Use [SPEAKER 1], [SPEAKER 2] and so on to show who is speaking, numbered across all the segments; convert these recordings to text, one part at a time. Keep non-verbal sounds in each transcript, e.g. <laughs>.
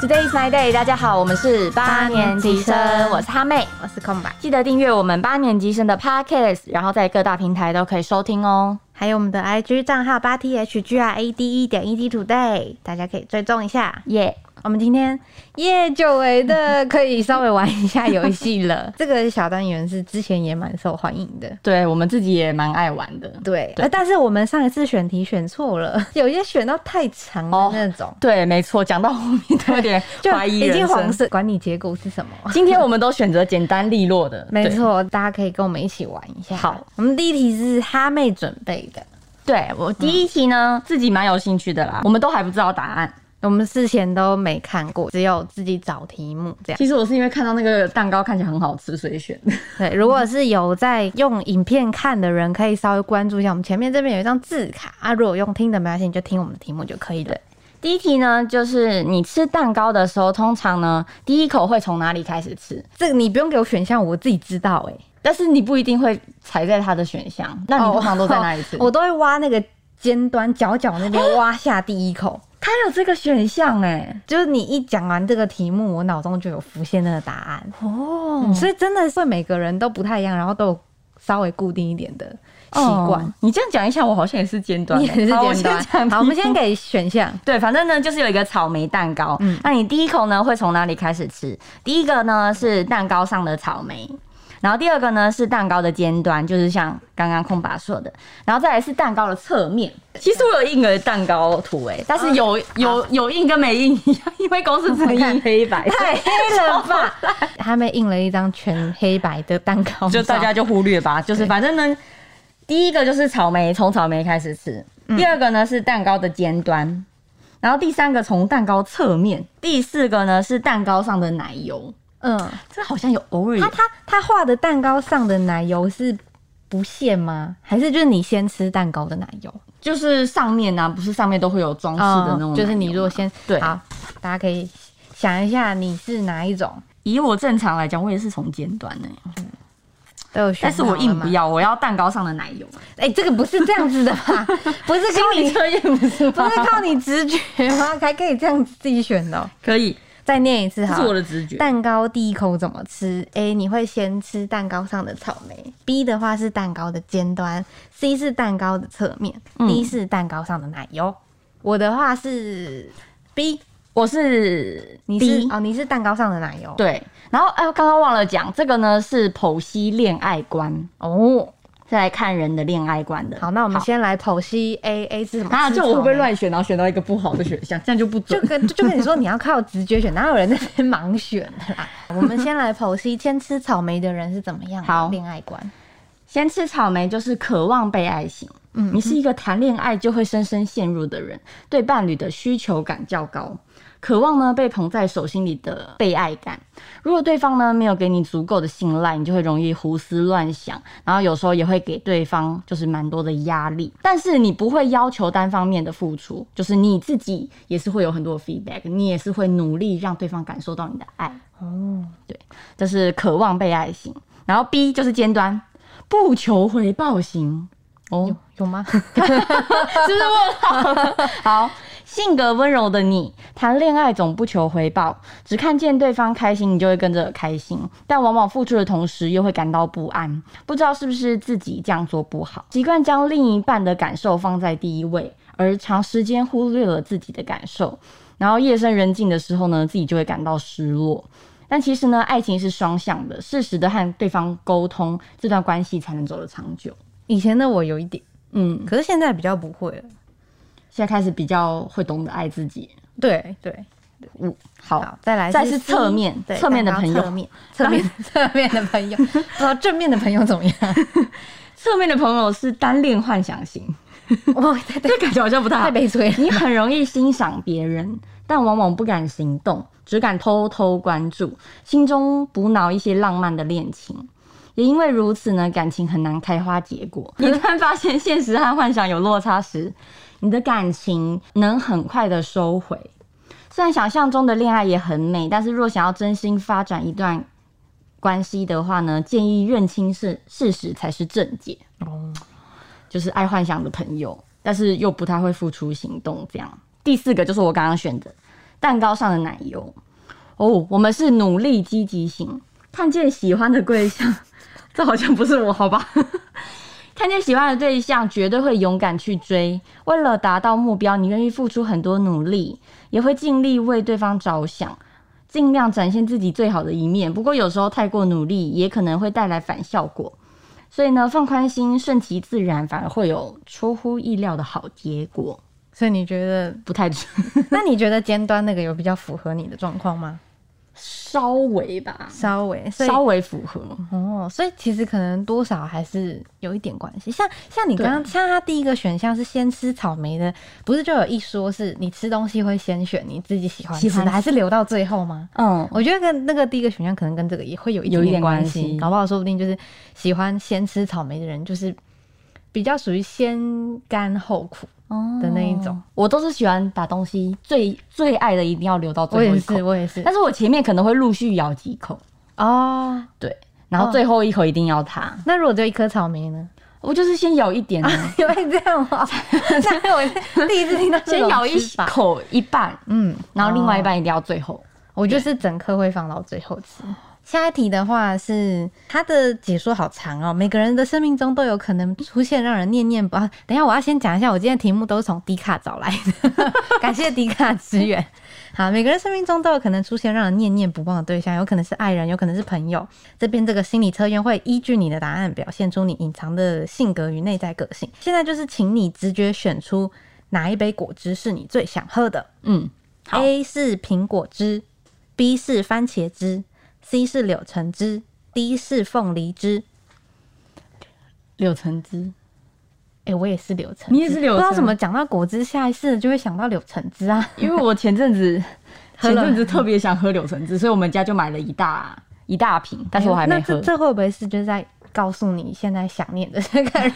[SPEAKER 1] Today is my day，大家好，我们是八年级生
[SPEAKER 2] 八年级，生
[SPEAKER 1] 我是哈妹。
[SPEAKER 2] 我是空白，
[SPEAKER 1] 记得订阅我们八年级生的 Podcast，然后在各大平台都可以收听哦。
[SPEAKER 2] 还有我们的 IG 账号八 T H G R A D E 点 E D Today，大家可以追踪一下。
[SPEAKER 1] 耶、
[SPEAKER 2] 我们今天耶久违的可以稍微玩一下游戏
[SPEAKER 1] <laughs>
[SPEAKER 2] 了。这个小单元是之前也蛮受欢迎的。
[SPEAKER 1] 对我们自己也蛮爱玩的。
[SPEAKER 2] 对，
[SPEAKER 1] 对
[SPEAKER 2] 呃但是我们上一次选题选错了， <laughs> 有一些选到太长的
[SPEAKER 1] 哦
[SPEAKER 2] 那种，
[SPEAKER 1] 对，没错，讲到后面都有 <laughs> 点
[SPEAKER 2] 就
[SPEAKER 1] 怀疑
[SPEAKER 2] 已经
[SPEAKER 1] 人
[SPEAKER 2] 黄
[SPEAKER 1] 生。
[SPEAKER 2] 色，管你结果是什么。
[SPEAKER 1] 今天我们都选择简单利落的，
[SPEAKER 2] 没错，大家可以跟我们一起玩一下。
[SPEAKER 1] 好，
[SPEAKER 2] 我们第一题是哈妹准备的，
[SPEAKER 1] 对。对我第一题呢，自己蛮有兴趣的啦，我们都还不知道答案。
[SPEAKER 2] 我们事前都没看过，只有自己找题目这样。
[SPEAKER 1] 其实我是因为看到那个蛋糕看起来很好吃，所以选的。
[SPEAKER 2] 对，如果是有在用影片看的人，可以稍微关注一下。我们前面这边有一张字卡啊，如果用听的没关系，你就听我们的题目就可以了。
[SPEAKER 1] <laughs> 第一题呢，就是你吃蛋糕的时候，通常呢，第一口会从哪里开始吃？
[SPEAKER 2] 这个你不用给我选项，我自己知道哎、
[SPEAKER 1] 但是你不一定会踩在它的选项，那你通常都在哪 <laughs> 里吃？
[SPEAKER 2] 哦 <laughs> 我都会挖那个尖端角角那边挖下第
[SPEAKER 1] <laughs>
[SPEAKER 2] 一口。
[SPEAKER 1] 它有这个选项哎，
[SPEAKER 2] 就是你一讲完这个题目，我脑中就有浮现那个答案，嗯
[SPEAKER 1] 哦
[SPEAKER 2] 所以真的是每个人都不太一样，然后都有稍微固定一点的习惯。
[SPEAKER 1] 哦你这样讲一下，我好像也是尖端
[SPEAKER 2] 你
[SPEAKER 1] 欸，
[SPEAKER 2] 也是
[SPEAKER 1] 好我
[SPEAKER 2] 简
[SPEAKER 1] 先
[SPEAKER 2] 单
[SPEAKER 1] 讲。
[SPEAKER 2] 好，我们先给选项。
[SPEAKER 1] 对，反正呢就是有一个草莓蛋糕，
[SPEAKER 2] 嗯
[SPEAKER 1] 那你第一口呢会从哪里开始吃？第一个呢是蛋糕上的草莓。然后第二个呢是蛋糕的尖端，就是像刚刚空白说的，然后再来是蛋糕的侧面。其实我有印个蛋糕图哎、但是有、有有印跟没印一样，因为 <laughs> 公司只能印黑白，
[SPEAKER 2] 太黑了吧！他们印了一张全黑白的蛋糕照，
[SPEAKER 1] 就大家就忽略吧。就是
[SPEAKER 2] 对
[SPEAKER 1] 反正呢，第一个就是草莓，从草莓开始吃；第二个呢是蛋糕的尖端，然后第三个从蛋糕侧面，第四个呢是蛋糕上的奶油。
[SPEAKER 2] 嗯，
[SPEAKER 1] 这好像有偶尔有
[SPEAKER 2] 他他他画的蛋糕上的奶油是不屑吗？还是就是你先吃蛋糕的奶油？
[SPEAKER 1] 就是上面啊，不是上面都会有装饰的那种奶油吗、啊
[SPEAKER 2] 嗯就是你如果先
[SPEAKER 1] 对
[SPEAKER 2] 好，大家可以想一下你是哪一种
[SPEAKER 1] 以我正常来讲，我也是从尖端呢、
[SPEAKER 2] 都有选，
[SPEAKER 1] 但是我硬不。要，我要蛋糕上的奶油。
[SPEAKER 2] 哎、这个不是这样子
[SPEAKER 1] <laughs>
[SPEAKER 2] 的吧？不是
[SPEAKER 1] 心
[SPEAKER 2] 靠
[SPEAKER 1] 理
[SPEAKER 2] 你，
[SPEAKER 1] 测验 <laughs> 不是
[SPEAKER 2] 不
[SPEAKER 1] 吗
[SPEAKER 2] 是？靠你直觉吗？还可以这样子自己选的哦、
[SPEAKER 1] 可以，
[SPEAKER 2] 再念一次
[SPEAKER 1] 这
[SPEAKER 2] 哈，
[SPEAKER 1] 是我的直觉。
[SPEAKER 2] 蛋糕第一口怎么吃？A 你会先吃蛋糕上的草莓，B 的话是蛋糕的尖端，C 是蛋糕的侧面、
[SPEAKER 1] 嗯
[SPEAKER 2] d 是蛋糕上的奶油。我的话是 B，
[SPEAKER 1] 我是
[SPEAKER 2] 你
[SPEAKER 1] 第
[SPEAKER 2] 是
[SPEAKER 1] 一
[SPEAKER 2] 哦，你是蛋糕上的奶油。
[SPEAKER 1] 对，然后哎，刚刚忘了讲，这个呢是剖析恋爱观
[SPEAKER 2] 哦，
[SPEAKER 1] 是来看人的恋爱观的。
[SPEAKER 2] 好，那我们先来剖析 A A 是什么？
[SPEAKER 1] 啊，
[SPEAKER 2] 吃
[SPEAKER 1] 就我会不会
[SPEAKER 2] 草莓？
[SPEAKER 1] 乱选，然后选到一个不好的选项，这样就不
[SPEAKER 2] 就
[SPEAKER 1] 准。
[SPEAKER 2] 跟就跟你说，你要靠直觉选，哪有人在那边盲选啊？我们先来剖析，先吃草莓的人是怎么样的
[SPEAKER 1] 好
[SPEAKER 2] 恋爱观？
[SPEAKER 1] 先吃草莓就是渴望被爱型，
[SPEAKER 2] 嗯
[SPEAKER 1] 你是一个谈恋爱就会深深陷入的人，对伴侣的需求感较高，渴望呢被捧在手心里的被爱感。如果对方呢没有给你足够的信赖，你就会容易胡思乱想，然后有时候也会给对方就是蛮多的压力。但是你不会要求单方面的付出，就是你自己也是会有很多的 feedback，你也是会努力让对方感受到你的爱。
[SPEAKER 2] 哦，
[SPEAKER 1] 这是渴望被爱型。然后 B 就是尖端，不求回报型。哦，
[SPEAKER 2] 有有吗？
[SPEAKER 1] 是不是问号？ <laughs> 好，性格温柔的你，谈恋爱总不求回报，只看见对方开心，你就会跟着开心，但往往付出的同时又会感到不安，不知道是不是自己这样做不好，习惯将另一半的感受放在第一位，而长时间忽略了自己的感受。然后夜深人静的时候呢，自己就会感到失落。但其实呢，爱情是双向的，适时的和对方沟通，这段关系才能走得长久。
[SPEAKER 2] <laughs> 以前的我有一点，
[SPEAKER 1] 嗯，
[SPEAKER 2] 可是现在比较不会了。
[SPEAKER 1] 现在开始比较会懂得爱自己。
[SPEAKER 2] 对对，
[SPEAKER 1] 嗯，好
[SPEAKER 2] 好，，再来
[SPEAKER 1] 再是
[SPEAKER 2] C，
[SPEAKER 1] 侧面
[SPEAKER 2] 对
[SPEAKER 1] 侧面的朋友
[SPEAKER 2] 蛋糕侧面侧面 <laughs> 侧面的朋友，不知道正面的朋友怎么样？
[SPEAKER 1] 侧面的朋友是单恋幻想型，
[SPEAKER 2] <laughs> 哇，太
[SPEAKER 1] 这感觉好像不太
[SPEAKER 2] 太
[SPEAKER 1] 好。
[SPEAKER 2] 悲催了。
[SPEAKER 1] 你很容易欣赏别人，但往往不敢行动，只敢偷偷关注，心中补脑一些浪漫的恋情。也因为如此呢，感情很难开花结果。一旦发现现实和幻想有落差时，你的感情能很快的收回。虽然想象中的恋爱也很美，但是若想要真心发展一段关系的话呢，建议认清事事实才是正解。
[SPEAKER 2] 哦
[SPEAKER 1] 就是爱幻想的朋友，但是又不太会付出行动。这样，第四个就是我刚刚选的蛋糕上的奶油。哦，我们是努力积极型，看见喜欢的对象，这好像不是我，好吧？ <laughs> 看见喜欢的对象，绝对会勇敢去追。为了达到目标，你愿意付出很多努力，也会尽力为对方着想，尽量展现自己最好的一面。不过有时候太过努力，也可能会带来反效果。所以呢，放宽心，顺其自然，反而会有出乎意料的好结果。
[SPEAKER 2] 所以你觉 <laughs> 得，
[SPEAKER 1] 不太 <laughs> 准，
[SPEAKER 2] 那你觉得尖端那个有比较符合你的状况吗？
[SPEAKER 1] 稍微吧，
[SPEAKER 2] 稍微，所以
[SPEAKER 1] 稍微符合。
[SPEAKER 2] 哦，所以其实可能多少还是有一点关系。像像你刚刚，像他第一个选项是先吃草莓的，不是就有一说是你吃东西会先选你自己喜欢
[SPEAKER 1] 喜
[SPEAKER 2] 吃
[SPEAKER 1] 欢
[SPEAKER 2] 的，还是留到最后吗？
[SPEAKER 1] 嗯，
[SPEAKER 2] 我觉得跟那个第一个选项可能跟这个也会有一
[SPEAKER 1] 有
[SPEAKER 2] 点
[SPEAKER 1] 一点
[SPEAKER 2] 关
[SPEAKER 1] 关系
[SPEAKER 2] 系，搞不好说不定就是喜欢先吃草莓的人，就是比较属于先甘后苦的那一种。
[SPEAKER 1] 哦我都是喜欢把东西最最爱的一定要留到
[SPEAKER 2] 我
[SPEAKER 1] 哦最后
[SPEAKER 2] 也
[SPEAKER 1] 一口呃
[SPEAKER 2] 是，，我也是。
[SPEAKER 1] 但是我前面可能会陆续咬几口，
[SPEAKER 2] 哦，
[SPEAKER 1] 对，然后最后一口一定要它。
[SPEAKER 2] 那如果只有一颗草莓
[SPEAKER 1] <laughs>
[SPEAKER 2] 呢？
[SPEAKER 1] 我就是先咬一点、
[SPEAKER 2] <laughs>
[SPEAKER 1] 啊，
[SPEAKER 2] 因为这样吗？那我是第一次听到
[SPEAKER 1] <laughs>
[SPEAKER 2] 这
[SPEAKER 1] 先
[SPEAKER 2] 种
[SPEAKER 1] 咬一
[SPEAKER 2] 吃法。
[SPEAKER 1] 口一半，
[SPEAKER 2] 嗯，
[SPEAKER 1] 然后另外一
[SPEAKER 2] 哦
[SPEAKER 1] 半一定要最后。
[SPEAKER 2] 我就是整颗会放到最后吃。下一题的话是它的解说好长哦，每个人的生命中都有可能出现让人念念不忘。等一下我要先讲一下，我今天的题目都是从迪卡找来的， <laughs> 感谢迪卡支援。好，每个人生命中都有可能出现让人念念不忘的对象，有可能是爱人，有可能是朋友。这边这个心理测验会依据你的答案，表现出你隐藏的性格与内在个性。现在就是请你直觉选出哪一杯果汁是你最想喝的。
[SPEAKER 1] 嗯，好
[SPEAKER 2] A 是苹果汁，B 是番茄汁，C 是柳橙汁，D 是凤梨汁。
[SPEAKER 1] 柳橙汁，
[SPEAKER 2] 哎、我也是柳橙汁，
[SPEAKER 1] 你也是柳橙
[SPEAKER 2] 不知道怎么讲到果汁，下一次就会想到柳橙
[SPEAKER 1] <laughs>
[SPEAKER 2] 汁啊。
[SPEAKER 1] 因为我前阵 <laughs> 子
[SPEAKER 2] 喝
[SPEAKER 1] 前
[SPEAKER 2] 了
[SPEAKER 1] 阵子特别想喝柳橙汁，所以我们家就买了一大一大瓶，但是我还没
[SPEAKER 2] <laughs> 那
[SPEAKER 1] 喝
[SPEAKER 2] 这。这会不会是就是在告诉你现在想念的这个人？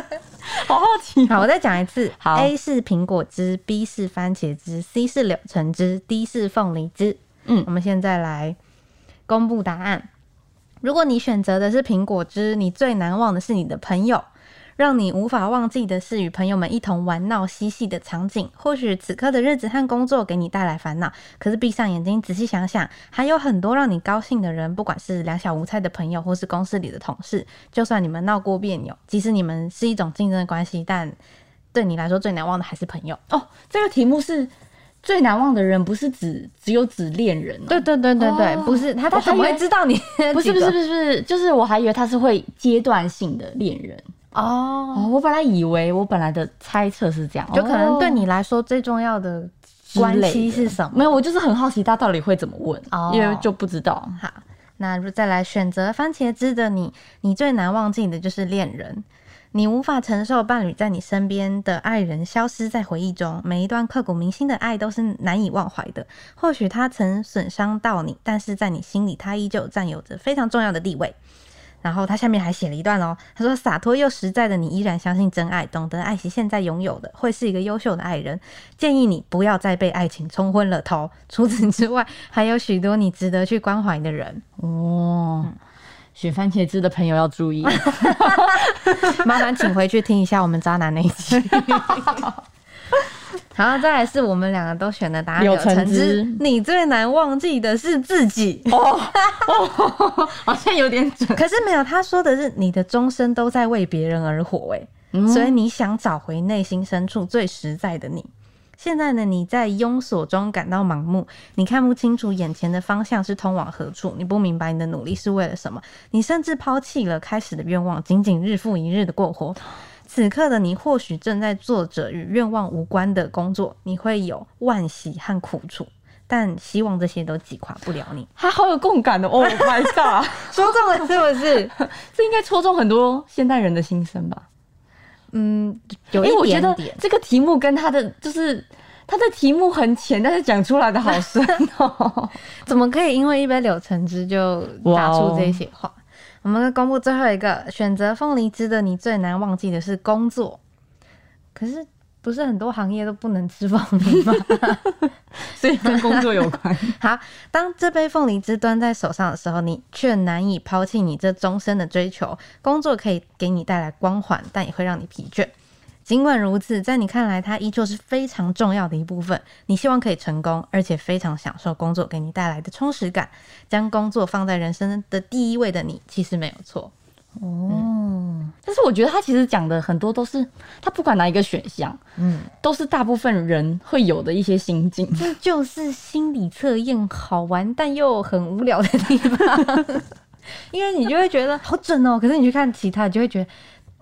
[SPEAKER 1] <laughs> 好好 <laughs> 奇啊
[SPEAKER 2] 好，我再讲一次。
[SPEAKER 1] 好
[SPEAKER 2] ，A 是苹果汁，B 是番茄汁，C 是柳橙汁，D 是凤梨汁。
[SPEAKER 1] 嗯
[SPEAKER 2] 我们现在来公布答案。如果你选择的是苹果汁，你最难忘的是你的朋友，让你无法忘记的是与朋友们一同玩闹嬉戏的场景。或许此刻的日子和工作给你带来烦恼，可是闭上眼睛仔细想想，还有很多让你高兴的人，不管是两小无猜的朋友，或是公司里的同事，就算你们闹过别扭，即使你们是一种竞争的关系，但对你来说最难忘的还是朋友。
[SPEAKER 1] 哦，这个题目是最难忘的人，不是指只有指恋人、哦，
[SPEAKER 2] 对对对对对，
[SPEAKER 1] 哦
[SPEAKER 2] 不是他，他
[SPEAKER 1] 我还
[SPEAKER 2] 怎么
[SPEAKER 1] 以为？
[SPEAKER 2] 会知道你
[SPEAKER 1] 不是不是
[SPEAKER 2] 几
[SPEAKER 1] 不
[SPEAKER 2] 个
[SPEAKER 1] 是不是，就是我还以为他是会阶段性的恋人
[SPEAKER 2] 哦，
[SPEAKER 1] 哦，我本来以为我本来的猜测是这样，
[SPEAKER 2] 就可能对
[SPEAKER 1] 哦
[SPEAKER 2] 你来说最重要的
[SPEAKER 1] 之类
[SPEAKER 2] 关
[SPEAKER 1] 的
[SPEAKER 2] 系是什么？
[SPEAKER 1] 没有，我就是很好奇他到底会怎么问，
[SPEAKER 2] 哦
[SPEAKER 1] 因为就不知道。
[SPEAKER 2] 好，那如再来选择番茄汁的你，你最难忘记的就是恋人。你无法承受伴侣在你身边的爱人消失在回忆中，每一段刻骨铭心的爱都是难以忘怀的。或许他曾损伤到你，但是在你心里，他依旧占有着非常重要的地位。然后他下面还写了一段哦，他说：“洒脱又实在的你，依然相信真爱，懂得爱惜现在拥有的，会是一个优秀的爱人。建议你不要再被爱情冲昏了头。除此之外，还有许多你值得去关怀的人。 <laughs>
[SPEAKER 1] 哦，选番茄汁的朋友要注 <laughs> 意。
[SPEAKER 2] 麻烦请回去听一下我们渣男那一集。 <laughs> 好，再来是我们两个都选的答案
[SPEAKER 1] 柳
[SPEAKER 2] 柳
[SPEAKER 1] 橙汁
[SPEAKER 2] 橙汁。你最难忘记的是自己，
[SPEAKER 1] 哦好像有点
[SPEAKER 2] <laughs>
[SPEAKER 1] 准。
[SPEAKER 2] 可是没有，他说的是你的终身都在为别人而活、欸，所以你想找回内心深处最实在的你。现在呢，你在庸琐中感到盲目，你看不清楚眼前的方向是通往何处，你不明白你的努力是为了什么，你甚至抛弃了开始的愿望，仅仅日复一日的过活。此刻的你或许正在做着与愿望无关的工作，你会有惋惜和苦楚，但希望这些都击垮不了你。
[SPEAKER 1] 他好有共感 <laughs> 的哦，My God，
[SPEAKER 2] 说中了是不是？
[SPEAKER 1] 这应该戳中很多现代人的心声吧？
[SPEAKER 2] 嗯，有
[SPEAKER 1] 因为
[SPEAKER 2] 一
[SPEAKER 1] 我觉
[SPEAKER 2] 点
[SPEAKER 1] 得
[SPEAKER 2] 点。
[SPEAKER 1] 这个题目跟他的就是他的题目很浅，但是讲出来的好深哦。
[SPEAKER 2] 怎么可以因为一杯柳橙汁就打出这些话？我们公布最后一个选择凤梨汁的，你最难忘记的是工作。可是不是很多行业都不能吃凤梨吗？
[SPEAKER 1] <laughs> 所以跟工作有关。
[SPEAKER 2] 好，当这杯凤梨汁端在手上的时候，你却难以抛弃你这终身的追求。工作可以给你带来光环，但也会让你疲倦。尽管如此，在你看来，它依旧是非常重要的一部分。你希望可以成功，而且非常享受工作给你带来的充实感。将工作放在人生的第一位的你，其实没有错。
[SPEAKER 1] 嗯 <laughs> 但是我觉得他其实讲的很多都是，他不管哪一个选项，
[SPEAKER 2] 嗯，
[SPEAKER 1] 都是大部分人会有的一些心境。
[SPEAKER 2] 这 <laughs> 就是心理测验好玩但又很无聊的地 <laughs> 方，因为你就会觉得好准哦，可是你去看其他，你就会觉得，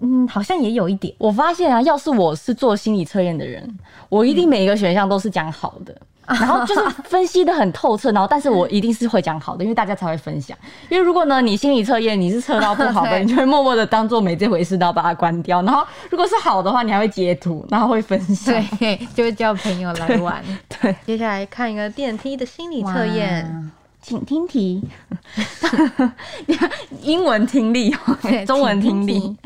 [SPEAKER 2] 嗯，好像也有一点
[SPEAKER 1] 我发现啊，要是我是做心理测验的人，我一定每一个选项都是讲好的，然后就是分析的很透彻，然后但是我一定是会讲好的，因为大家才会分享。因为如果呢，你心理测验你是测到不好的，
[SPEAKER 2] 对
[SPEAKER 1] 你就会默默的当做没这回事，然后把它关掉。然后如果是好的话，你还会截图，然后会分享。
[SPEAKER 2] <laughs> 对，就会叫朋友来 <laughs> 玩。
[SPEAKER 1] 对，
[SPEAKER 2] 接下来看一个电梯的心理测验，
[SPEAKER 1] 哇。请听题，英文听力哦
[SPEAKER 2] 对，
[SPEAKER 1] 中文听
[SPEAKER 2] 请
[SPEAKER 1] 力
[SPEAKER 2] 听。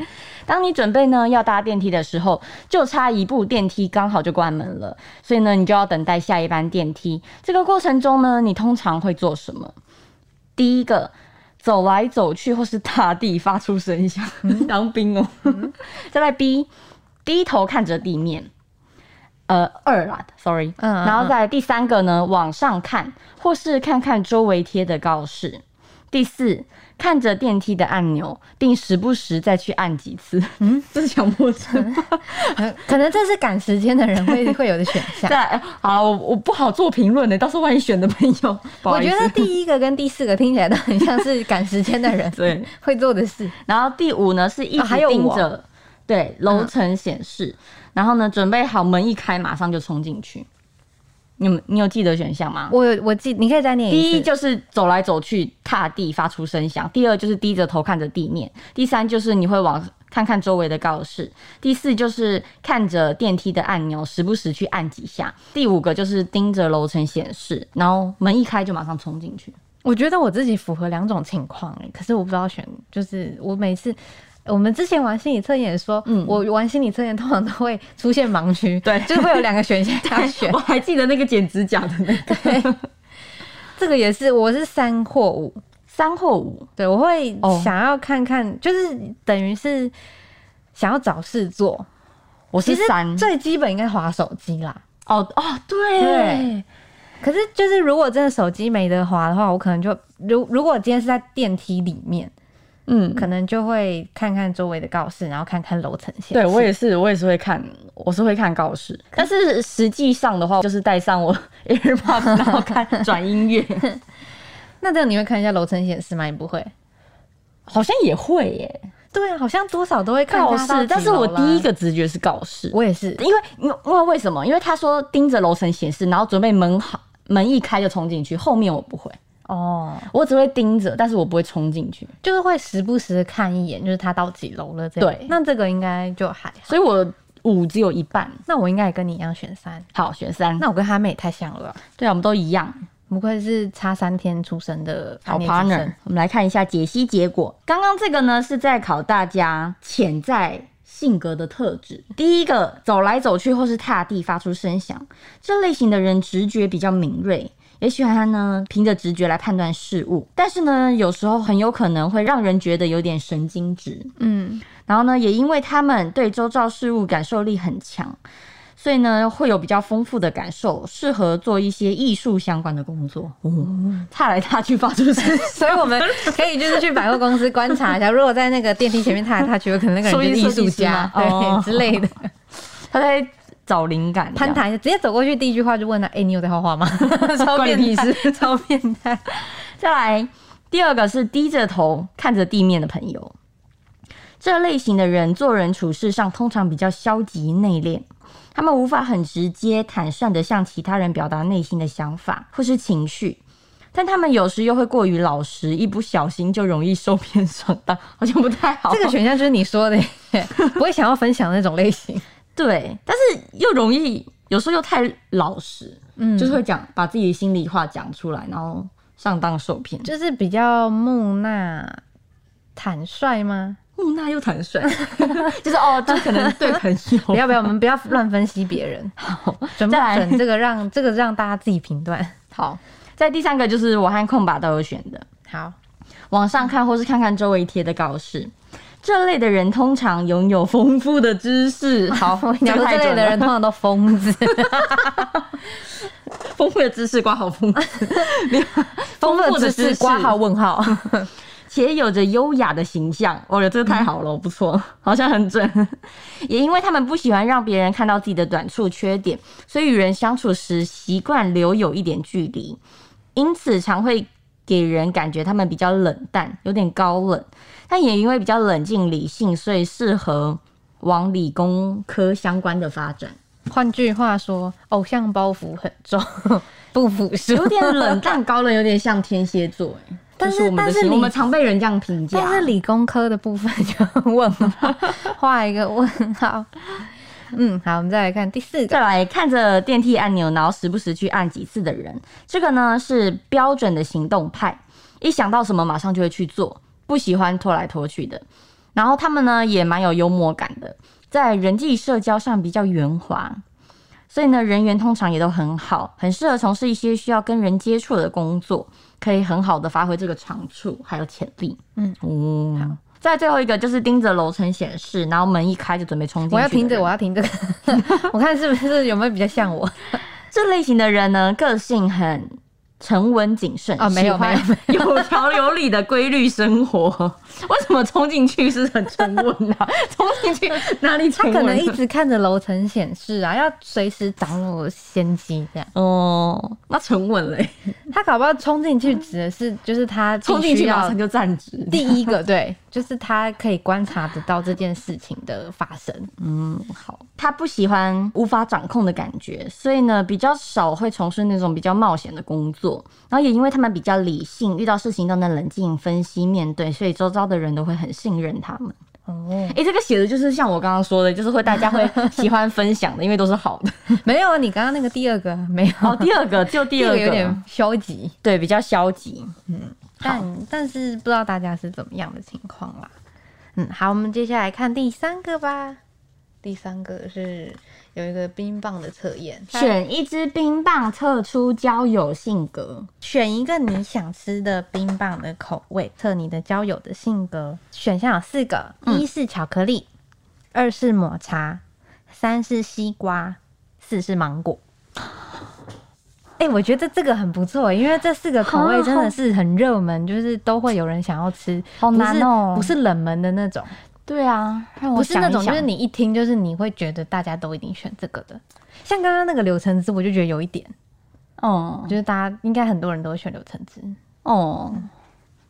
[SPEAKER 1] 当你准备呢要搭电梯的时候，就差一步电梯刚好就关门了，所以呢你就要等待下一班电梯。这个过程中呢，你通常会做什么？第一个，走来走去或是踏地发出声响，
[SPEAKER 2] 嗯
[SPEAKER 1] 当兵哦。再来 B，低头看着地面。呃，二啦，sorry，
[SPEAKER 2] 嗯嗯嗯
[SPEAKER 1] 然后再来第三个呢，往上看，或是看看周围贴的告示。第四，看着电梯的按钮，并时不时再去按几次。嗯， <laughs> 这是强迫症。 <laughs>
[SPEAKER 2] 呃 <laughs> 可能这是赶时间的人会会有的选 <laughs> 项。
[SPEAKER 1] 再来好了，我我不好做评论的，到时候万一选的朋友，不
[SPEAKER 2] 我
[SPEAKER 1] 好意
[SPEAKER 2] 觉
[SPEAKER 1] 思。
[SPEAKER 2] 得第一个跟第四个听起来都很像是赶时间的 <laughs> 人
[SPEAKER 1] <laughs> 对
[SPEAKER 2] 会做的事。
[SPEAKER 1] 然后第五呢是一
[SPEAKER 2] 啊
[SPEAKER 1] 直
[SPEAKER 2] 还有
[SPEAKER 1] 盯
[SPEAKER 2] 我
[SPEAKER 1] 着、对楼层显示，然后呢准备好门一开马上就冲进去。你们你有记得选项吗？
[SPEAKER 2] 我有我记，你可以再念
[SPEAKER 1] 第
[SPEAKER 2] 一
[SPEAKER 1] 一
[SPEAKER 2] 次。
[SPEAKER 1] 就是走来走去踏地发出声响，第二就是低着头看着地面，第三就是你会往看看周围的告示，第四就是看着电梯的按钮，时不时去按几下，第五个就是盯着楼层显示，然后门一开就马上冲进去。
[SPEAKER 2] 我觉得我自己符合两种情况、欸，可是我不知道选，就是我每次。我们之前玩心理测验也说，
[SPEAKER 1] 嗯
[SPEAKER 2] 我玩心理测验通常都会出现盲区，
[SPEAKER 1] 对
[SPEAKER 2] 就是会有两个选项要 <laughs> 选
[SPEAKER 1] <laughs> 我。还记得那个剪指甲的那个
[SPEAKER 2] 这个也是，我是三或五，
[SPEAKER 1] <laughs> 三或五，
[SPEAKER 2] 对我会
[SPEAKER 1] 哦
[SPEAKER 2] 想要看看，就是等于是想要找事做。
[SPEAKER 1] 我
[SPEAKER 2] 其
[SPEAKER 1] 是
[SPEAKER 2] 实
[SPEAKER 1] 三。
[SPEAKER 2] 最基本应该划手机啦，
[SPEAKER 1] 哦哦，对
[SPEAKER 2] 对嗯可是，就是如果真的手机没得滑的话，我可能就如如果今天是在电梯里面，
[SPEAKER 1] 嗯，
[SPEAKER 2] 可能就会看看周围的告示，然后看看楼层线。
[SPEAKER 1] 对我也是，我也是会看，我是会看告示，但是实际上的话，就是带上我 <laughs>
[SPEAKER 2] <laughs>
[SPEAKER 1] AirPods，然后看转音乐，
[SPEAKER 2] 那这样你会看一下楼层显示吗？你不会？
[SPEAKER 1] 好像也会耶
[SPEAKER 2] 对啊，好像多少都会 <laughs> 看
[SPEAKER 1] 告
[SPEAKER 2] 大家到
[SPEAKER 1] 示，
[SPEAKER 2] 几
[SPEAKER 1] 但是我
[SPEAKER 2] 楼啦
[SPEAKER 1] 第一，个直觉是告示，
[SPEAKER 2] 我也是，
[SPEAKER 1] 因为因为因为为什么？因为他说盯着楼层显示，然后准备门好门一开就冲进去，后面我不会，
[SPEAKER 2] 哦，
[SPEAKER 1] 我只会盯着，但是我不会冲进去，
[SPEAKER 2] 就是会时不时的看一眼，就是它到几楼了这样。
[SPEAKER 1] 对
[SPEAKER 2] 那这个应该就还好。
[SPEAKER 1] 所以我五只有一半，
[SPEAKER 2] 那我应该也跟你一样选三。
[SPEAKER 1] 好选三，
[SPEAKER 2] 那我跟哈妹也太像了吧，
[SPEAKER 1] 对啊，我们都一样。
[SPEAKER 2] 不愧是差三天出生的
[SPEAKER 1] 好
[SPEAKER 2] 叛逆之
[SPEAKER 1] partner，
[SPEAKER 2] 身
[SPEAKER 1] 我们来看一下解析结果。刚刚这个呢是在考大家潜在性格的特质。第一个，走来走去或是踏地发出声响，这类型的人直觉比较敏锐。也喜欢他呢，凭着直觉来判断事物，但是呢，有时候很有可能会让人觉得有点神经质。 <laughs>
[SPEAKER 2] 嗯，
[SPEAKER 1] 然后呢，也因为他们对周遭事物感受力很强，所以呢会有比较丰富的感受，适合做一些艺术相关的工作。 <laughs> 哦，踏来踏去发出声响，
[SPEAKER 2] 所以我们可以就是去百货公司观察一
[SPEAKER 1] <laughs>
[SPEAKER 2] 下，如果在那个电梯前面踏来踏去，有可能那个人就是艺术家
[SPEAKER 1] 说不定是设计师吗
[SPEAKER 2] 对
[SPEAKER 1] 哦
[SPEAKER 2] 之
[SPEAKER 1] <laughs>
[SPEAKER 2] 类的，
[SPEAKER 1] 他在找灵感，
[SPEAKER 2] 攀谈一下，直接走过去第一句话
[SPEAKER 1] <laughs>
[SPEAKER 2] 就问他：“哎、你有在画画吗？”超
[SPEAKER 1] 关你
[SPEAKER 2] 变
[SPEAKER 1] 屁事
[SPEAKER 2] 态， <laughs> 超变态。
[SPEAKER 1] 再来，第二个是低着头看着地面的朋友。这类型的人做人处事上通常比较消极内敛，他们无法很直接、坦率地向其他人表达内心的想法或是情绪，但他们有时又会过于老实，一不小心就容易受骗上当， <laughs> 好像不太好。
[SPEAKER 2] 这个选项就是你说的
[SPEAKER 1] <laughs>
[SPEAKER 2] 耶，不会想要分享那种类型。
[SPEAKER 1] 对，但是又容易，有时候又太老实，
[SPEAKER 2] 嗯，
[SPEAKER 1] 就是会讲把自己心里话讲出来，然后上当受骗。
[SPEAKER 2] 就是比较木讷、坦率吗？
[SPEAKER 1] 木讷嗯又坦 <laughs> 率，就是哦，就可能对朋 <laughs> 友。
[SPEAKER 2] 不要 <laughs> 不要，我们不要乱分析别人，准不
[SPEAKER 1] 再来
[SPEAKER 2] 准？这个让这个让大家自己评断。
[SPEAKER 1] 好，在第三个就是我和空白都有选的，
[SPEAKER 2] 好，
[SPEAKER 1] 往上看或是看看周围贴的告示。这类的人通常拥有丰富的知识。 <laughs> 好，我
[SPEAKER 2] 讲
[SPEAKER 1] 讲
[SPEAKER 2] 的
[SPEAKER 1] 太
[SPEAKER 2] 这类
[SPEAKER 1] 准
[SPEAKER 2] 的人
[SPEAKER 1] 了。
[SPEAKER 2] 通常都疯子，
[SPEAKER 1] <laughs> 丰富的知识，挂好丰富，
[SPEAKER 2] 疯
[SPEAKER 1] 丰富
[SPEAKER 2] 子
[SPEAKER 1] 的
[SPEAKER 2] 只
[SPEAKER 1] 知
[SPEAKER 2] 是
[SPEAKER 1] 识，
[SPEAKER 2] 挂号问号。
[SPEAKER 1] <laughs> 且有着优雅的形象。哦哟，这个太好了，不错，好像很准。也因为他们不喜欢让别人看到自己的短处、缺点，所以与人相处时习惯留有一点距离，因此常会给人感觉他们比较冷淡，有点高冷。但也因为比较冷静理性，所以适合往理工科相关的发展。
[SPEAKER 2] <laughs> 换句话说，偶像包袱很 <laughs> 重，不服输。
[SPEAKER 1] 有点
[SPEAKER 2] <laughs>
[SPEAKER 1] 冷淡高冷，有点像天蝎座、欸，
[SPEAKER 2] 但
[SPEAKER 1] 这
[SPEAKER 2] 是
[SPEAKER 1] 我们的
[SPEAKER 2] 但是
[SPEAKER 1] 心
[SPEAKER 2] 你
[SPEAKER 1] 我们常被人这样评价。
[SPEAKER 2] 但是理工科的部分就很问号， <laughs> 画一个问号。嗯，好，我们再来看第四个，
[SPEAKER 1] 再来看着电梯按钮，然后时不时去按几次的人，这个呢是标准的行动派，一想到什么马上就会去做，不喜欢拖来拖去的。然后他们呢也蛮有幽默感的，在人际社交上比较圆滑，所以呢人缘通常也都很好，很适合从事一些需要跟人接触的工作，可以很好的发挥这个长处还有潜力。
[SPEAKER 2] 嗯，
[SPEAKER 1] 哦、再最后一个就是盯着楼层显示，然后门一开就准备冲进去。
[SPEAKER 2] 我要评这个，我要评这个， <laughs> 我看是不是有没有比较像 <laughs> 我？
[SPEAKER 1] 这类型的人呢，个性很沉稳谨慎
[SPEAKER 2] 哦没有
[SPEAKER 1] 喜欢 <laughs> 有条有理的规律生 <laughs> 活。为什么冲进去是很沉稳啊？ <laughs> 冲进去哪里
[SPEAKER 2] 他
[SPEAKER 1] 沉
[SPEAKER 2] 可
[SPEAKER 1] 稳了？
[SPEAKER 2] 能一直看着楼层显示啊，要随时掌握先机这样。
[SPEAKER 1] 哦，那沉稳嘞，
[SPEAKER 2] 他搞不好冲进去指的是就是他
[SPEAKER 1] <laughs> 冲进
[SPEAKER 2] 必
[SPEAKER 1] 去
[SPEAKER 2] 须
[SPEAKER 1] 马
[SPEAKER 2] 要
[SPEAKER 1] 上就站直。
[SPEAKER 2] 第一 <laughs> 个对，就是他可以观察得到这件事情的发生。
[SPEAKER 1] 嗯，好，他不喜欢无法掌控的感觉，所以呢，比较少会从事那种比较冒险的工作。然后也因为他们比较理性，遇到事情都能冷静分析面对，所以周遭的人都会很信任他们。
[SPEAKER 2] 哦，
[SPEAKER 1] 哎、这个写的就是像我刚刚说的，就是会大家 <laughs> 会喜欢分享的，因为都是好的。
[SPEAKER 2] 没有啊，你刚刚那个第二个没有，
[SPEAKER 1] <laughs> 哦，第二个就 <laughs> 第二个，
[SPEAKER 2] 有点消极，
[SPEAKER 1] 对比较消极。
[SPEAKER 2] 但但是不知道大家是怎么样的情况啦。嗯，好，我们接下来看第三个吧。第三个是有一个冰棒的测验，
[SPEAKER 1] 选一支冰棒测出交友性格，
[SPEAKER 2] 选一个你想吃的冰棒的口味，测你的交友的性格。选项有四个：
[SPEAKER 1] 嗯
[SPEAKER 2] 一是巧克力，二是抹茶，三是西瓜，四是芒果。哎、我觉得这个很不错，因为这四个口味真的是很热门，就是都会有人想要吃，
[SPEAKER 1] 好难哦
[SPEAKER 2] 不是不是冷门的那种，
[SPEAKER 1] 对啊，让
[SPEAKER 2] 不是那种，
[SPEAKER 1] 想一
[SPEAKER 2] 就是
[SPEAKER 1] 想
[SPEAKER 2] 你一听就是你会觉得大家都一定选这个的。像刚刚那个柳橙汁，我就觉得有一点，
[SPEAKER 1] 哦
[SPEAKER 2] 我觉得大家应该很多人都会选柳橙汁。
[SPEAKER 1] 哦，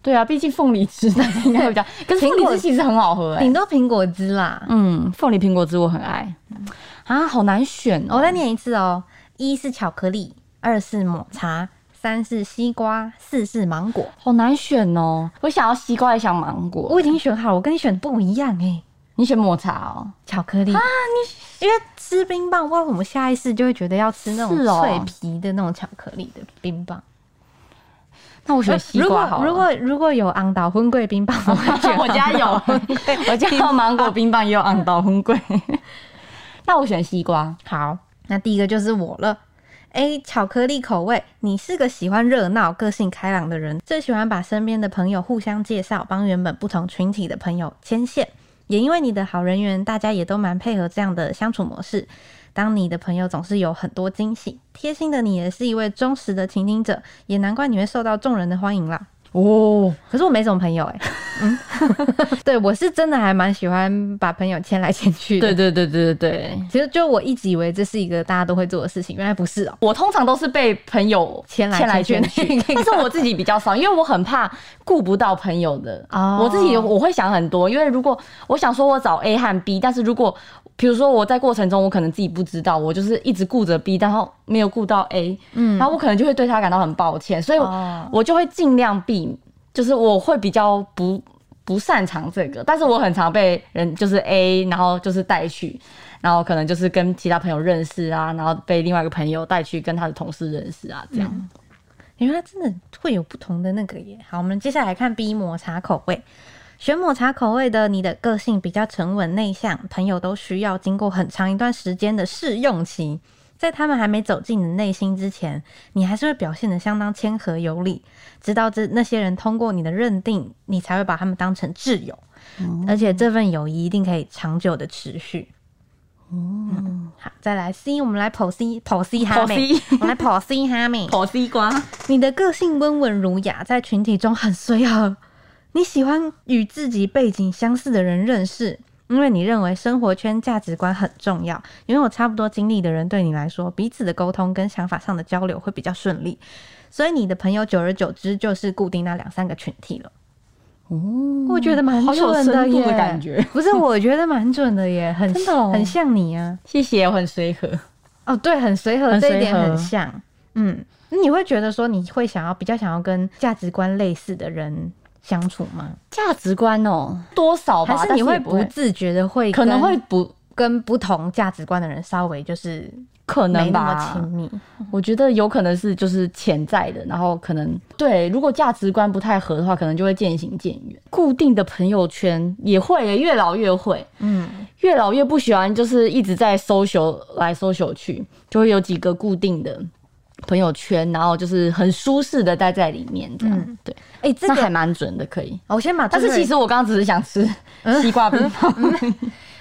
[SPEAKER 1] 对啊，毕竟凤梨汁大家应该会比较， <laughs> 可是
[SPEAKER 2] 苹
[SPEAKER 1] 凤
[SPEAKER 2] 果
[SPEAKER 1] 梨汁其实很好喝哎、
[SPEAKER 2] 顶多苹果汁啦。
[SPEAKER 1] 嗯，凤梨苹果汁我很爱啊，好难选
[SPEAKER 2] 我
[SPEAKER 1] 哦。
[SPEAKER 2] 再念一次哦：一是巧克力，二是抹茶，三是西瓜，四是芒果。
[SPEAKER 1] 好难选哦，我想要西瓜，也想芒果。
[SPEAKER 2] 我已经选好了，我跟你选的不一样哎、
[SPEAKER 1] 你选抹茶哦，
[SPEAKER 2] 巧克力啊，你因为吃冰棒，不知道为什么下意识就会觉得要吃那种
[SPEAKER 1] 是哦
[SPEAKER 2] 脆皮的那种巧克力的冰棒。
[SPEAKER 1] 那我选西
[SPEAKER 2] 如
[SPEAKER 1] 瓜
[SPEAKER 2] 果
[SPEAKER 1] 好了。
[SPEAKER 2] 如果如果有昂岛婚桂冰棒，我会选
[SPEAKER 1] <laughs> 我家有，我家有芒果冰棒，也有昂岛红桂。 <laughs> 那我选西瓜，
[SPEAKER 2] 好，那第一个就是我了。A 巧克力口味，你是个喜欢热闹、个性开朗的人，最喜欢把身边的朋友互相介绍，帮原本不同群体的朋友牵线。也因为你的好人缘，大家也都蛮配合这样的相处模式。当你的朋友总是有很多惊喜，贴心的你也是一位忠实的倾听者，也难怪你会受到众人的欢迎啦。
[SPEAKER 1] 哦，
[SPEAKER 2] 可是我没什么朋友哎、嗯， <laughs> 对我是真的还蛮喜欢把朋友牵来牵去的
[SPEAKER 1] 对。对对对对对，
[SPEAKER 2] 其实就我一直以为这是一个大家都会做的事情，原来不是哦、
[SPEAKER 1] 我通常都是被朋友
[SPEAKER 2] 牵来
[SPEAKER 1] 牵
[SPEAKER 2] 牵
[SPEAKER 1] 来
[SPEAKER 2] 去
[SPEAKER 1] 牵 <laughs> 去，但是我自己比较少，因为我很怕顾不到朋友的。
[SPEAKER 2] 哦
[SPEAKER 1] 我自己我会想很多，因为如果我想说我找 A 和 B，但是如果比如说我在过程中我可能自己不知道，我就是一直顾着 B，然后没有顾到 A，嗯，然后我可能就会对他感到很抱歉，所以
[SPEAKER 2] 哦
[SPEAKER 1] 我我就会尽量避，就是我会比较不。不擅长这个，但是我很常被人就是 A，然后就是带去，然后可能就是跟其他朋友认识啊，然后被另外一个朋友带去跟他的同事认识啊，这样。
[SPEAKER 2] 嗯原来真的会有不同的那个耶。好，我们接下来看 B 抹茶口味。选抹茶口味的，你的个性比较沉稳内向，朋友都需要经过很长一段时间的试用期。在他们还没走进你的内心之前，你还是会表现得相当谦和有礼，直到这那些人通过你的认定，你才会把他们当成挚友，
[SPEAKER 1] 嗯
[SPEAKER 2] 而且这份友谊一定可以长久的持续。
[SPEAKER 1] 哦
[SPEAKER 2] 嗯，好，再来 C，我们来剖析剖析哈妹，
[SPEAKER 1] 剖析
[SPEAKER 2] 我们来剖析
[SPEAKER 1] <laughs>
[SPEAKER 2] 哈妹。
[SPEAKER 1] 剖西瓜，
[SPEAKER 2] 你的个性温文儒雅，在群体中很随和。你喜欢与自己背景相似的人认识，因为你认为生活圈价值观很重要。拥有差不多经历的人，对你来说，彼此的沟通跟想法上的交流会比较顺利。所以你的朋友久而久之就是固定那两三个群体了。哦我觉得蛮
[SPEAKER 1] 好有
[SPEAKER 2] 准
[SPEAKER 1] 深度
[SPEAKER 2] 耶，
[SPEAKER 1] 的感觉。
[SPEAKER 2] 不是，我觉得蛮准的耶，很
[SPEAKER 1] 真的哦
[SPEAKER 2] 很像你啊。
[SPEAKER 1] 谢谢，我很随和。
[SPEAKER 2] 哦，对，很随和，
[SPEAKER 1] 很
[SPEAKER 2] 这一
[SPEAKER 1] 随
[SPEAKER 2] 点很
[SPEAKER 1] 和
[SPEAKER 2] 像。嗯，那你会觉得说你会想要比较想要跟价值观类似的人相处吗？
[SPEAKER 1] 价值观哦，多少吧，
[SPEAKER 2] 还是
[SPEAKER 1] 但
[SPEAKER 2] 你
[SPEAKER 1] 也
[SPEAKER 2] 会
[SPEAKER 1] 不
[SPEAKER 2] 不自觉的会
[SPEAKER 1] 可能
[SPEAKER 2] 跟
[SPEAKER 1] 会不
[SPEAKER 2] 跟不同价值观的人稍微就是
[SPEAKER 1] 可
[SPEAKER 2] 没
[SPEAKER 1] 能
[SPEAKER 2] 那么
[SPEAKER 1] 吧？
[SPEAKER 2] 亲密？
[SPEAKER 1] 我觉得有可能是就是潜在的，然后可能对，如果价值观不太合的话，可能就会渐行渐远。固定的朋友圈也会耶、越老越会，
[SPEAKER 2] 嗯，
[SPEAKER 1] 越老越不喜欢就是一直在 social 来 social 去，就会有几个固定的朋友圈，然后就是很舒适的待在里面这样。对，
[SPEAKER 2] 哎、这
[SPEAKER 1] 那
[SPEAKER 2] 个
[SPEAKER 1] 还蛮准的，可以。
[SPEAKER 2] 我先把最
[SPEAKER 1] 但
[SPEAKER 2] 后一，
[SPEAKER 1] 是其实我刚刚只是想吃
[SPEAKER 2] 嗯
[SPEAKER 1] 西瓜
[SPEAKER 2] <laughs>
[SPEAKER 1] 冰棒，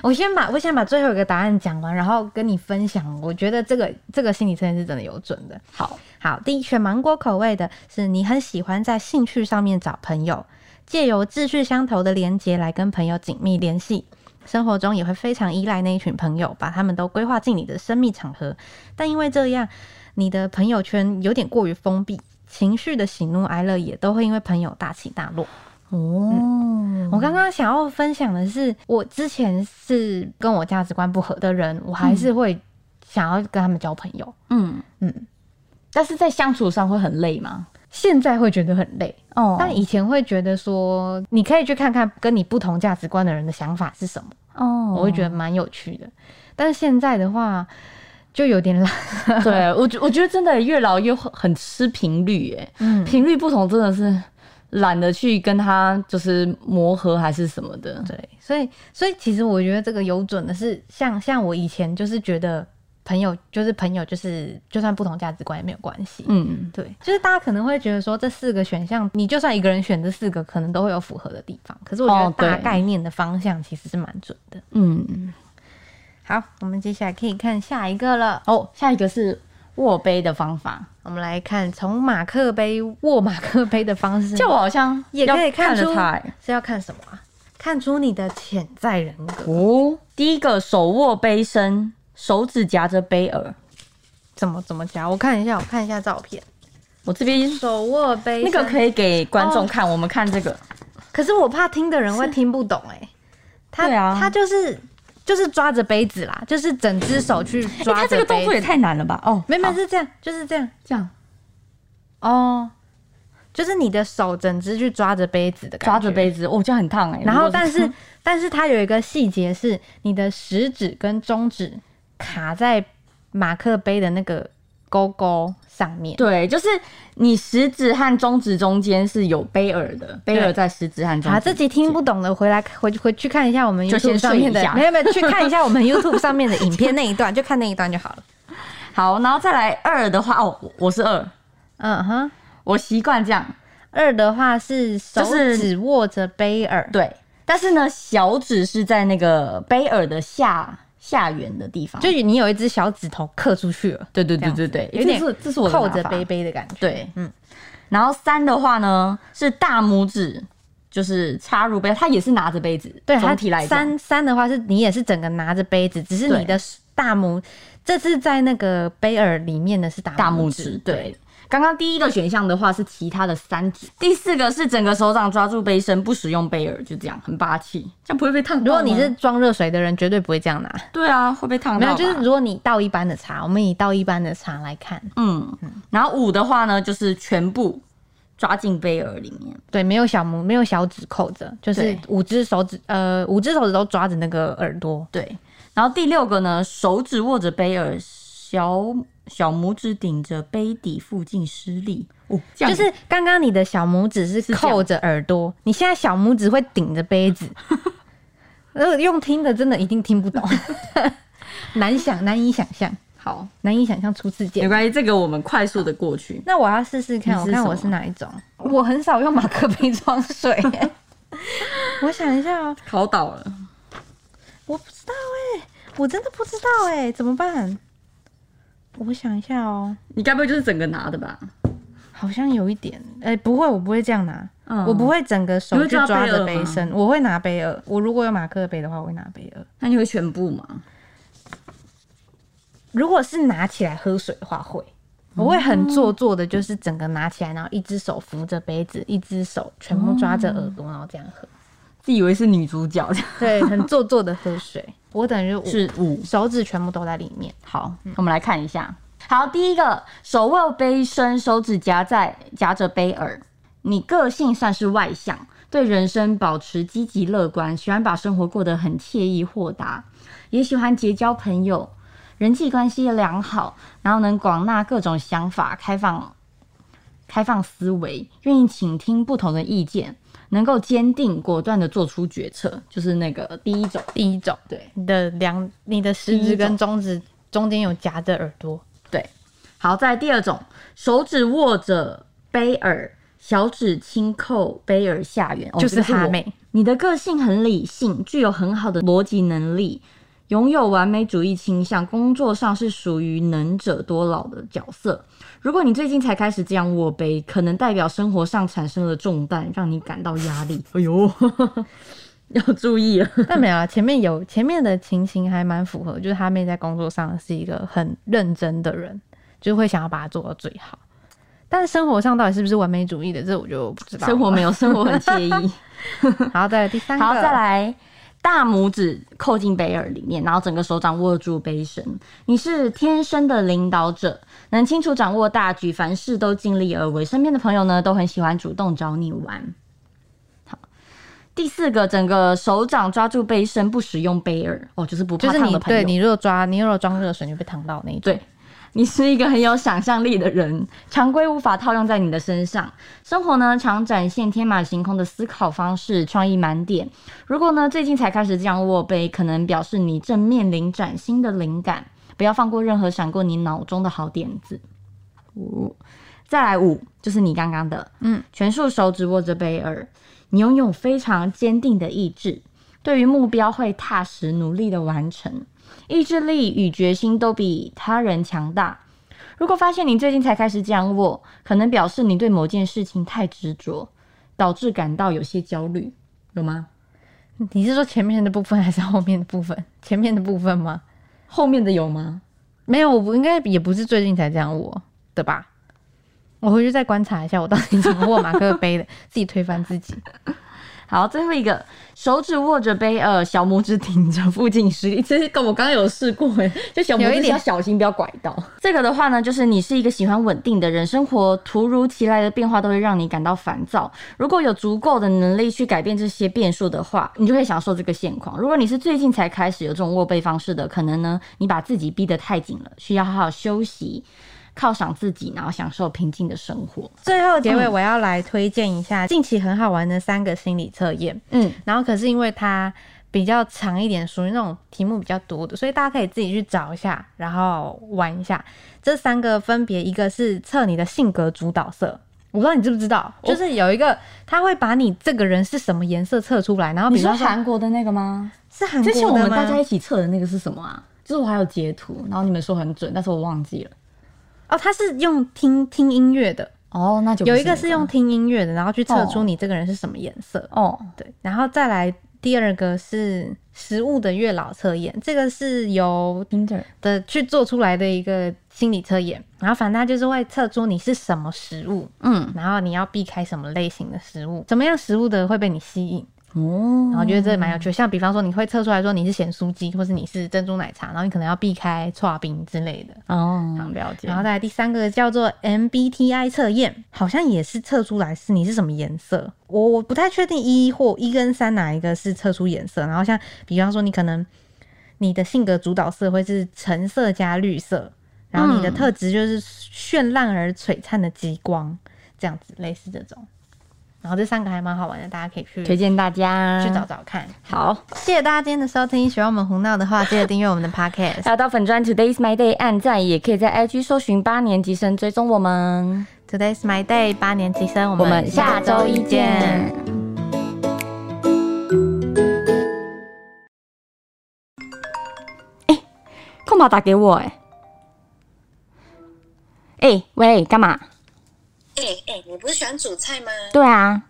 [SPEAKER 2] 我先把我先把最后一个答案讲完，然后跟你分享。我觉得这个这个心理测验是真的有准的。
[SPEAKER 1] 好，
[SPEAKER 2] 好，第一选芒果口味的是你很喜欢在兴趣上面找朋友，借由志趣相投的连接来跟朋友紧密联系。生活中也会非常依赖那一群朋友，把他们都规划进你的生命场合。但因为这样，你的朋友圈有点过于封闭，情绪的喜怒哀乐也都会因为朋友大起大落。嗯
[SPEAKER 1] 哦，
[SPEAKER 2] 我刚刚想要分享的是，我之前是跟我价值观不合的人，我还是会想要跟他们交朋友。
[SPEAKER 1] 嗯
[SPEAKER 2] 嗯
[SPEAKER 1] 嗯，但是在相处上会很累吗？
[SPEAKER 2] 现在会觉得很累，
[SPEAKER 1] 哦
[SPEAKER 2] 但以前会觉得说，你可以去看看跟你不同价值观的人的想法是什么，
[SPEAKER 1] 哦
[SPEAKER 2] 我会觉得蛮有趣的。但是现在的话，就有点懒。 <laughs>
[SPEAKER 1] <laughs> 对我觉我觉得真的越老越很吃频率，哎，
[SPEAKER 2] 嗯，
[SPEAKER 1] 频率不同真的是懒得去跟他就是磨合还是什么的。
[SPEAKER 2] 对，所以所以其实我觉得这个有准的是，像像我以前就是觉得朋友就是朋友，就是就算不同价值观也没有关系。
[SPEAKER 1] 嗯，
[SPEAKER 2] 对，就是大家可能会觉得说这四个选项，你就算一个人选这四个，可能都会有符合的地方。可是我觉得
[SPEAKER 1] 哦对
[SPEAKER 2] 大概念的方向其实是蛮准的。
[SPEAKER 1] 嗯，
[SPEAKER 2] 好，我们接下来可以看下一个了。
[SPEAKER 1] 哦，下一个是握杯的方法，
[SPEAKER 2] 我们来看从马克杯握马克杯的方式，
[SPEAKER 1] 就我好像
[SPEAKER 2] 也可以
[SPEAKER 1] 要看
[SPEAKER 2] 看出
[SPEAKER 1] 着他欸
[SPEAKER 2] 是要看什么啊？看出你的潜在人格
[SPEAKER 1] 哦。第一个手握杯身，手指夹着杯耳，
[SPEAKER 2] 怎么怎么夹？我看一下，我看一下照片，
[SPEAKER 1] 我这边
[SPEAKER 2] 手握杯
[SPEAKER 1] 那个可
[SPEAKER 2] 以，
[SPEAKER 1] 以给观众
[SPEAKER 2] 哦
[SPEAKER 1] 看，我们看这个。
[SPEAKER 2] 可是我怕听的人会听不懂哎、他
[SPEAKER 1] 对啊
[SPEAKER 2] 他就是就是抓着杯子啦，就是整只手去
[SPEAKER 1] 哎，
[SPEAKER 2] 抓
[SPEAKER 1] 他这
[SPEAKER 2] 着
[SPEAKER 1] 个动
[SPEAKER 2] 杯
[SPEAKER 1] 作
[SPEAKER 2] 子，
[SPEAKER 1] 也太难了吧？哦，
[SPEAKER 2] 没没
[SPEAKER 1] 好
[SPEAKER 2] 是这样，就是这样
[SPEAKER 1] 这样
[SPEAKER 2] 哦，就是你的手整只去抓着杯子的感觉，
[SPEAKER 1] 抓着杯子，哦，这样很烫哎。
[SPEAKER 2] 然
[SPEAKER 1] 如
[SPEAKER 2] 后，
[SPEAKER 1] 果
[SPEAKER 2] 但
[SPEAKER 1] 这样
[SPEAKER 2] 是但是它有一个细节是，你的食指跟中指卡在马克杯的那个勾勾上面。
[SPEAKER 1] 对，就是你食指和中指中间是有杯耳的，杯耳在食指和中指。
[SPEAKER 2] 好，自己听不懂的，回来回回去看一下我们
[SPEAKER 1] 就
[SPEAKER 2] YouTube
[SPEAKER 1] 先
[SPEAKER 2] 上面的
[SPEAKER 1] 睡一，下
[SPEAKER 2] 没有没有，去看一下我们 YouTube 上面的
[SPEAKER 1] <laughs>
[SPEAKER 2] 影片那一段，就看那一段就好了。
[SPEAKER 1] 好，然后再来二的话，哦，我我是二，
[SPEAKER 2] <laughs> 嗯哼，
[SPEAKER 1] 我习惯这样。
[SPEAKER 2] 二的话是手
[SPEAKER 1] 就是
[SPEAKER 2] 指握着杯耳，
[SPEAKER 1] 对，但是呢，小指是在那个杯耳的下下缘的地方。
[SPEAKER 2] 就你有一只小指头刻出去了，
[SPEAKER 1] 对对
[SPEAKER 2] 这
[SPEAKER 1] 对
[SPEAKER 2] 样
[SPEAKER 1] 对
[SPEAKER 2] 子
[SPEAKER 1] 对，
[SPEAKER 2] 有点
[SPEAKER 1] 这是这是我的
[SPEAKER 2] 扣
[SPEAKER 1] 拿
[SPEAKER 2] 着
[SPEAKER 1] 法
[SPEAKER 2] 杯。杯的感觉。
[SPEAKER 1] 对，
[SPEAKER 2] 嗯
[SPEAKER 1] 嗯。然后三的话呢，是大拇指，就是插入杯，它也是拿着杯子。
[SPEAKER 2] 对，它
[SPEAKER 1] 总体来讲，
[SPEAKER 2] 三三的话是你也是整个拿着杯子，只是
[SPEAKER 1] 对
[SPEAKER 2] 你的大拇，这次在那个杯耳里面的是大
[SPEAKER 1] 大
[SPEAKER 2] 拇
[SPEAKER 1] 拇
[SPEAKER 2] 指
[SPEAKER 1] 指。，对，刚刚第一个选项的话是其他的三指，第四个是整个手掌抓住杯身，不使用杯耳，就这样，很霸气。这样不会被烫到吗
[SPEAKER 2] 如果你是装热水的人，绝对不会这样拿。
[SPEAKER 1] 对啊，会被烫
[SPEAKER 2] 没
[SPEAKER 1] 到
[SPEAKER 2] 有，
[SPEAKER 1] 吧。
[SPEAKER 2] 就是如果你倒一般的茶，我们以倒一般的茶来看，
[SPEAKER 1] 嗯，然后五的话呢，就是全部抓进杯耳里面。
[SPEAKER 2] 对，没有小拇，没有小指扣着，就是
[SPEAKER 1] 对
[SPEAKER 2] 五只手指，呃，五只手指都抓着那个耳朵。
[SPEAKER 1] 对，然后第六个呢，手指握着杯耳，小小拇指顶着杯底附近施力。哦，这样
[SPEAKER 2] 就是刚刚你的小拇指是
[SPEAKER 1] 这样
[SPEAKER 2] 扣着耳朵，你现在小拇指会顶着
[SPEAKER 1] <laughs>
[SPEAKER 2] 杯子， <laughs> 呃，用听的真的一定听不懂，难想难以想象。
[SPEAKER 1] 好，
[SPEAKER 2] 难以想象初次
[SPEAKER 1] 没
[SPEAKER 2] 见。
[SPEAKER 1] 关系，这个我们快速的过去。
[SPEAKER 2] 那我要试试看，
[SPEAKER 1] 你
[SPEAKER 2] 我
[SPEAKER 1] 是
[SPEAKER 2] 看
[SPEAKER 1] 什
[SPEAKER 2] 我
[SPEAKER 1] 么
[SPEAKER 2] 是哪一种。我很少用马克杯
[SPEAKER 1] <laughs>
[SPEAKER 2] 装水，我想一下哦，
[SPEAKER 1] 考倒了，
[SPEAKER 2] 我不知道哎、我真的不知道哎、怎么办？我想一下哦，
[SPEAKER 1] 你该不会就是整个拿的吧？
[SPEAKER 2] 好像有一点，哎、不会，我不会这样拿，
[SPEAKER 1] 嗯
[SPEAKER 2] 我不。会整个手
[SPEAKER 1] 你会
[SPEAKER 2] 去
[SPEAKER 1] 抓
[SPEAKER 2] 抓
[SPEAKER 1] 杯二
[SPEAKER 2] 着
[SPEAKER 1] 吗
[SPEAKER 2] 杯身，我会拿杯二。我如果有马克杯的话，我会拿杯二。
[SPEAKER 1] 那你会全部吗？
[SPEAKER 2] 如果是拿起来喝水的话，会，我会很做作的，就是整个拿起来，然后一只手扶着杯子，一只手全部抓着耳朵，然后这样喝。
[SPEAKER 1] 自以为是女主角，
[SPEAKER 2] 对，很做作的喝水。 <laughs> 我等于我
[SPEAKER 1] 是五。嗯
[SPEAKER 2] 手指全部都在里面。
[SPEAKER 1] 好，我们来看一下。好，第一个，手握杯身，手指夹在夹着杯耳。你个性算是外向，对人生保持积极乐观，喜欢把生活过得很惬意豁达，也喜欢结交朋友，人际关系良好，然后能广纳各种想法，开放开放思维，愿意倾听不同的意见，能够坚定果断的做出决策，就是那个第一种。
[SPEAKER 2] 第一种，
[SPEAKER 1] 对
[SPEAKER 2] 你的两，你的食
[SPEAKER 1] 第一
[SPEAKER 2] 指
[SPEAKER 1] 种
[SPEAKER 2] 跟中指中间有夹着耳朵，
[SPEAKER 1] 对，好，再来第二种，手指握着杯耳，小指轻扣杯耳下缘，哦
[SPEAKER 2] 就是哈。
[SPEAKER 1] 这个我
[SPEAKER 2] 妹。
[SPEAKER 1] 你的个性很理性，具有很好的逻辑能力，拥有完美主义倾向，工作上是属于能者多劳的角色。如果你最近才开始这样握杯，可能代表生活上产生了重担，让你感到压
[SPEAKER 2] <laughs>
[SPEAKER 1] 力。哎呦， <laughs> 要注意了。
[SPEAKER 2] 但没有啊，前面有前面的情形还蛮符合，就是哈妹在工作上是一个很认真的人，就是会想要把它做到最好。但是生活上到底是不是完美主义的，这我就不知道了。
[SPEAKER 1] 生活没有，生活很惬意。
[SPEAKER 2] <laughs> 好，再来第三个，
[SPEAKER 1] 好，再来，大拇指扣进杯耳里面，然后整个手掌握住杯身。你是天生的领导者，能清楚掌握大局，凡事都尽力而为。身边的朋友呢，都很喜欢主动找你玩。好，第四个，整个手掌抓住杯身，不使用杯耳，哦，就是不
[SPEAKER 2] 就
[SPEAKER 1] 怕
[SPEAKER 2] 是
[SPEAKER 1] 烫
[SPEAKER 2] 你
[SPEAKER 1] 的朋友。
[SPEAKER 2] 对你如果抓，你如果装热水，你就被烫到那一种。
[SPEAKER 1] 对你是一个很有想象力的人，常规无法套用在你的身上。生活呢，常展现天马行空的思考方式，创意满点。如果呢，最近才开始这样握杯，可能表示你正面临崭新的灵感，不要放过任何闪过你脑中的好点子。五，再来五，就是你刚刚的，
[SPEAKER 2] 嗯，
[SPEAKER 1] 全数手指握着杯耳，你拥有非常坚定的意志，对于目标会踏实努力的完成。意志力与决心都比他人强大。如果发现你最近才开始这样握，可能表示你对某件事情太执着，导致感到有些焦虑，有吗？
[SPEAKER 2] 你是说前面的部分还是后面的部分？ <laughs> 前面的部分吗？
[SPEAKER 1] 后面的有吗？
[SPEAKER 2] 没有，我不应该也不是最近才这样握的吧？我回去再观察一下，我到底怎么握马克杯的， <laughs> 自己推翻自己。
[SPEAKER 1] 好，最后一个，手指握着杯呃，小拇指顶着附近 <laughs> 实力，这个我刚刚有试过哎，就小拇
[SPEAKER 2] 有一
[SPEAKER 1] 指
[SPEAKER 2] 点
[SPEAKER 1] 要小心不要拐到。这个的话呢，就是你是一个喜欢稳定的人，生活突如其来的变化都会让你感到烦躁。如果有足够的能力去改变这些变数的话，你就会享受这个现况。如果你是最近才开始有这种握杯方式的，可能呢，你把自己逼得太紧了，需要好好休息，犒赏自己，然后享受平静的生活。
[SPEAKER 2] 最后结尾我要来推荐一下近期很好玩的三个心理测验，
[SPEAKER 1] 嗯，
[SPEAKER 2] 然后可是因为它比较长一点，属于那种题目比较多的，所以大家可以自己去找一下，然后玩一下。这三个分别一个是测你的性格主导色。我不知道你知不知道，就是有一个他会把你这个人是什么颜色测出来，然后比
[SPEAKER 1] 你
[SPEAKER 2] 如
[SPEAKER 1] 说
[SPEAKER 2] 说
[SPEAKER 1] 韩国的那个吗？
[SPEAKER 2] 是韩
[SPEAKER 1] 之
[SPEAKER 2] 国的
[SPEAKER 1] 前
[SPEAKER 2] 吗？
[SPEAKER 1] 我们大家一起测的那个是什么啊？就是我还有截图，然后你们说很准，但是我忘记了。
[SPEAKER 2] 哦，他是用听听音乐的，
[SPEAKER 1] 哦，那就不
[SPEAKER 2] 有一个
[SPEAKER 1] 那
[SPEAKER 2] 是用听音乐的，然后去测
[SPEAKER 1] 哦
[SPEAKER 2] 出你这个人是什么颜色。
[SPEAKER 1] 哦，
[SPEAKER 2] 对，然后再来第二个是食物的月老测验，这个是由
[SPEAKER 1] Tinder
[SPEAKER 2] 的去做出来的一个心理测验，然后反正它就是会测出你是什么食物，
[SPEAKER 1] 嗯
[SPEAKER 2] 然后你要避开什么类型的食物，怎么样食物的会被你吸引，
[SPEAKER 1] 哦，
[SPEAKER 2] 然后觉得这蛮有趣的。像比方说，你会测出来说你是咸酥鸡，或是你是珍珠奶茶，然后你可能要避开刨冰之类的。
[SPEAKER 1] 哦，了解
[SPEAKER 2] 然后再来第三个叫做 MBTI 测验，好像也是测出来是你是什么颜色。我我不太确定一或一跟三哪一个是测出颜色。然后像比方说你可能你的性格主导色会是橙色加绿色，然后你的
[SPEAKER 1] 嗯
[SPEAKER 2] 特质就是绚烂而璀璨的极光，这样子类似这种。然后这三个还蛮好玩的，大家可以去
[SPEAKER 1] 推荐大家
[SPEAKER 2] 去找。找看。
[SPEAKER 1] 好，
[SPEAKER 2] 谢谢大家今天的收听，喜欢我们胡闹的话，记得订阅我们的
[SPEAKER 1] <laughs>
[SPEAKER 2] podcast。
[SPEAKER 1] 要到粉专 Today's My Day 按赞，也可以在 IG 搜寻八年级生追踪我们。
[SPEAKER 2] Today's my day，八年级生，
[SPEAKER 1] 我
[SPEAKER 2] 我们
[SPEAKER 1] 们下周一见。哎空宝打给我、哎，哎、喂，干嘛？
[SPEAKER 3] 哎、哎、你不是喜欢煮菜吗？《
[SPEAKER 1] 对啊，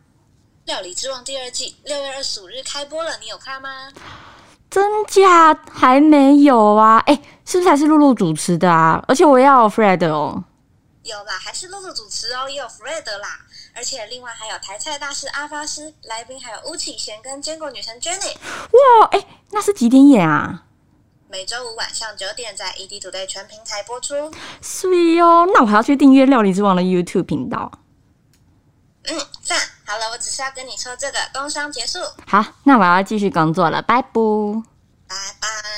[SPEAKER 3] 料理之王》第二季六月二十五日开播了，你有看吗？
[SPEAKER 1] 真假还没有啊？哎、是不是还是露露主持的啊？而且我也要有 Fred 哦。
[SPEAKER 3] 有啦，还是露露主持哦，也有 Fred 啦，而且另外还有台菜大师阿发师，来宾还有巫启贤跟坚果女神 Jenny。
[SPEAKER 1] 哇，哎、那是几点演啊
[SPEAKER 3] 每周五晚上九点在 ED Today 全平台播出。
[SPEAKER 1] ？Sweet 哦，那我还要去订阅料理之王的 YouTube 频道。
[SPEAKER 3] 嗯，赞。好了，我只是要跟你说这个，工商结束，
[SPEAKER 1] 好，那我要继续工作了，拜拜。
[SPEAKER 3] 拜拜。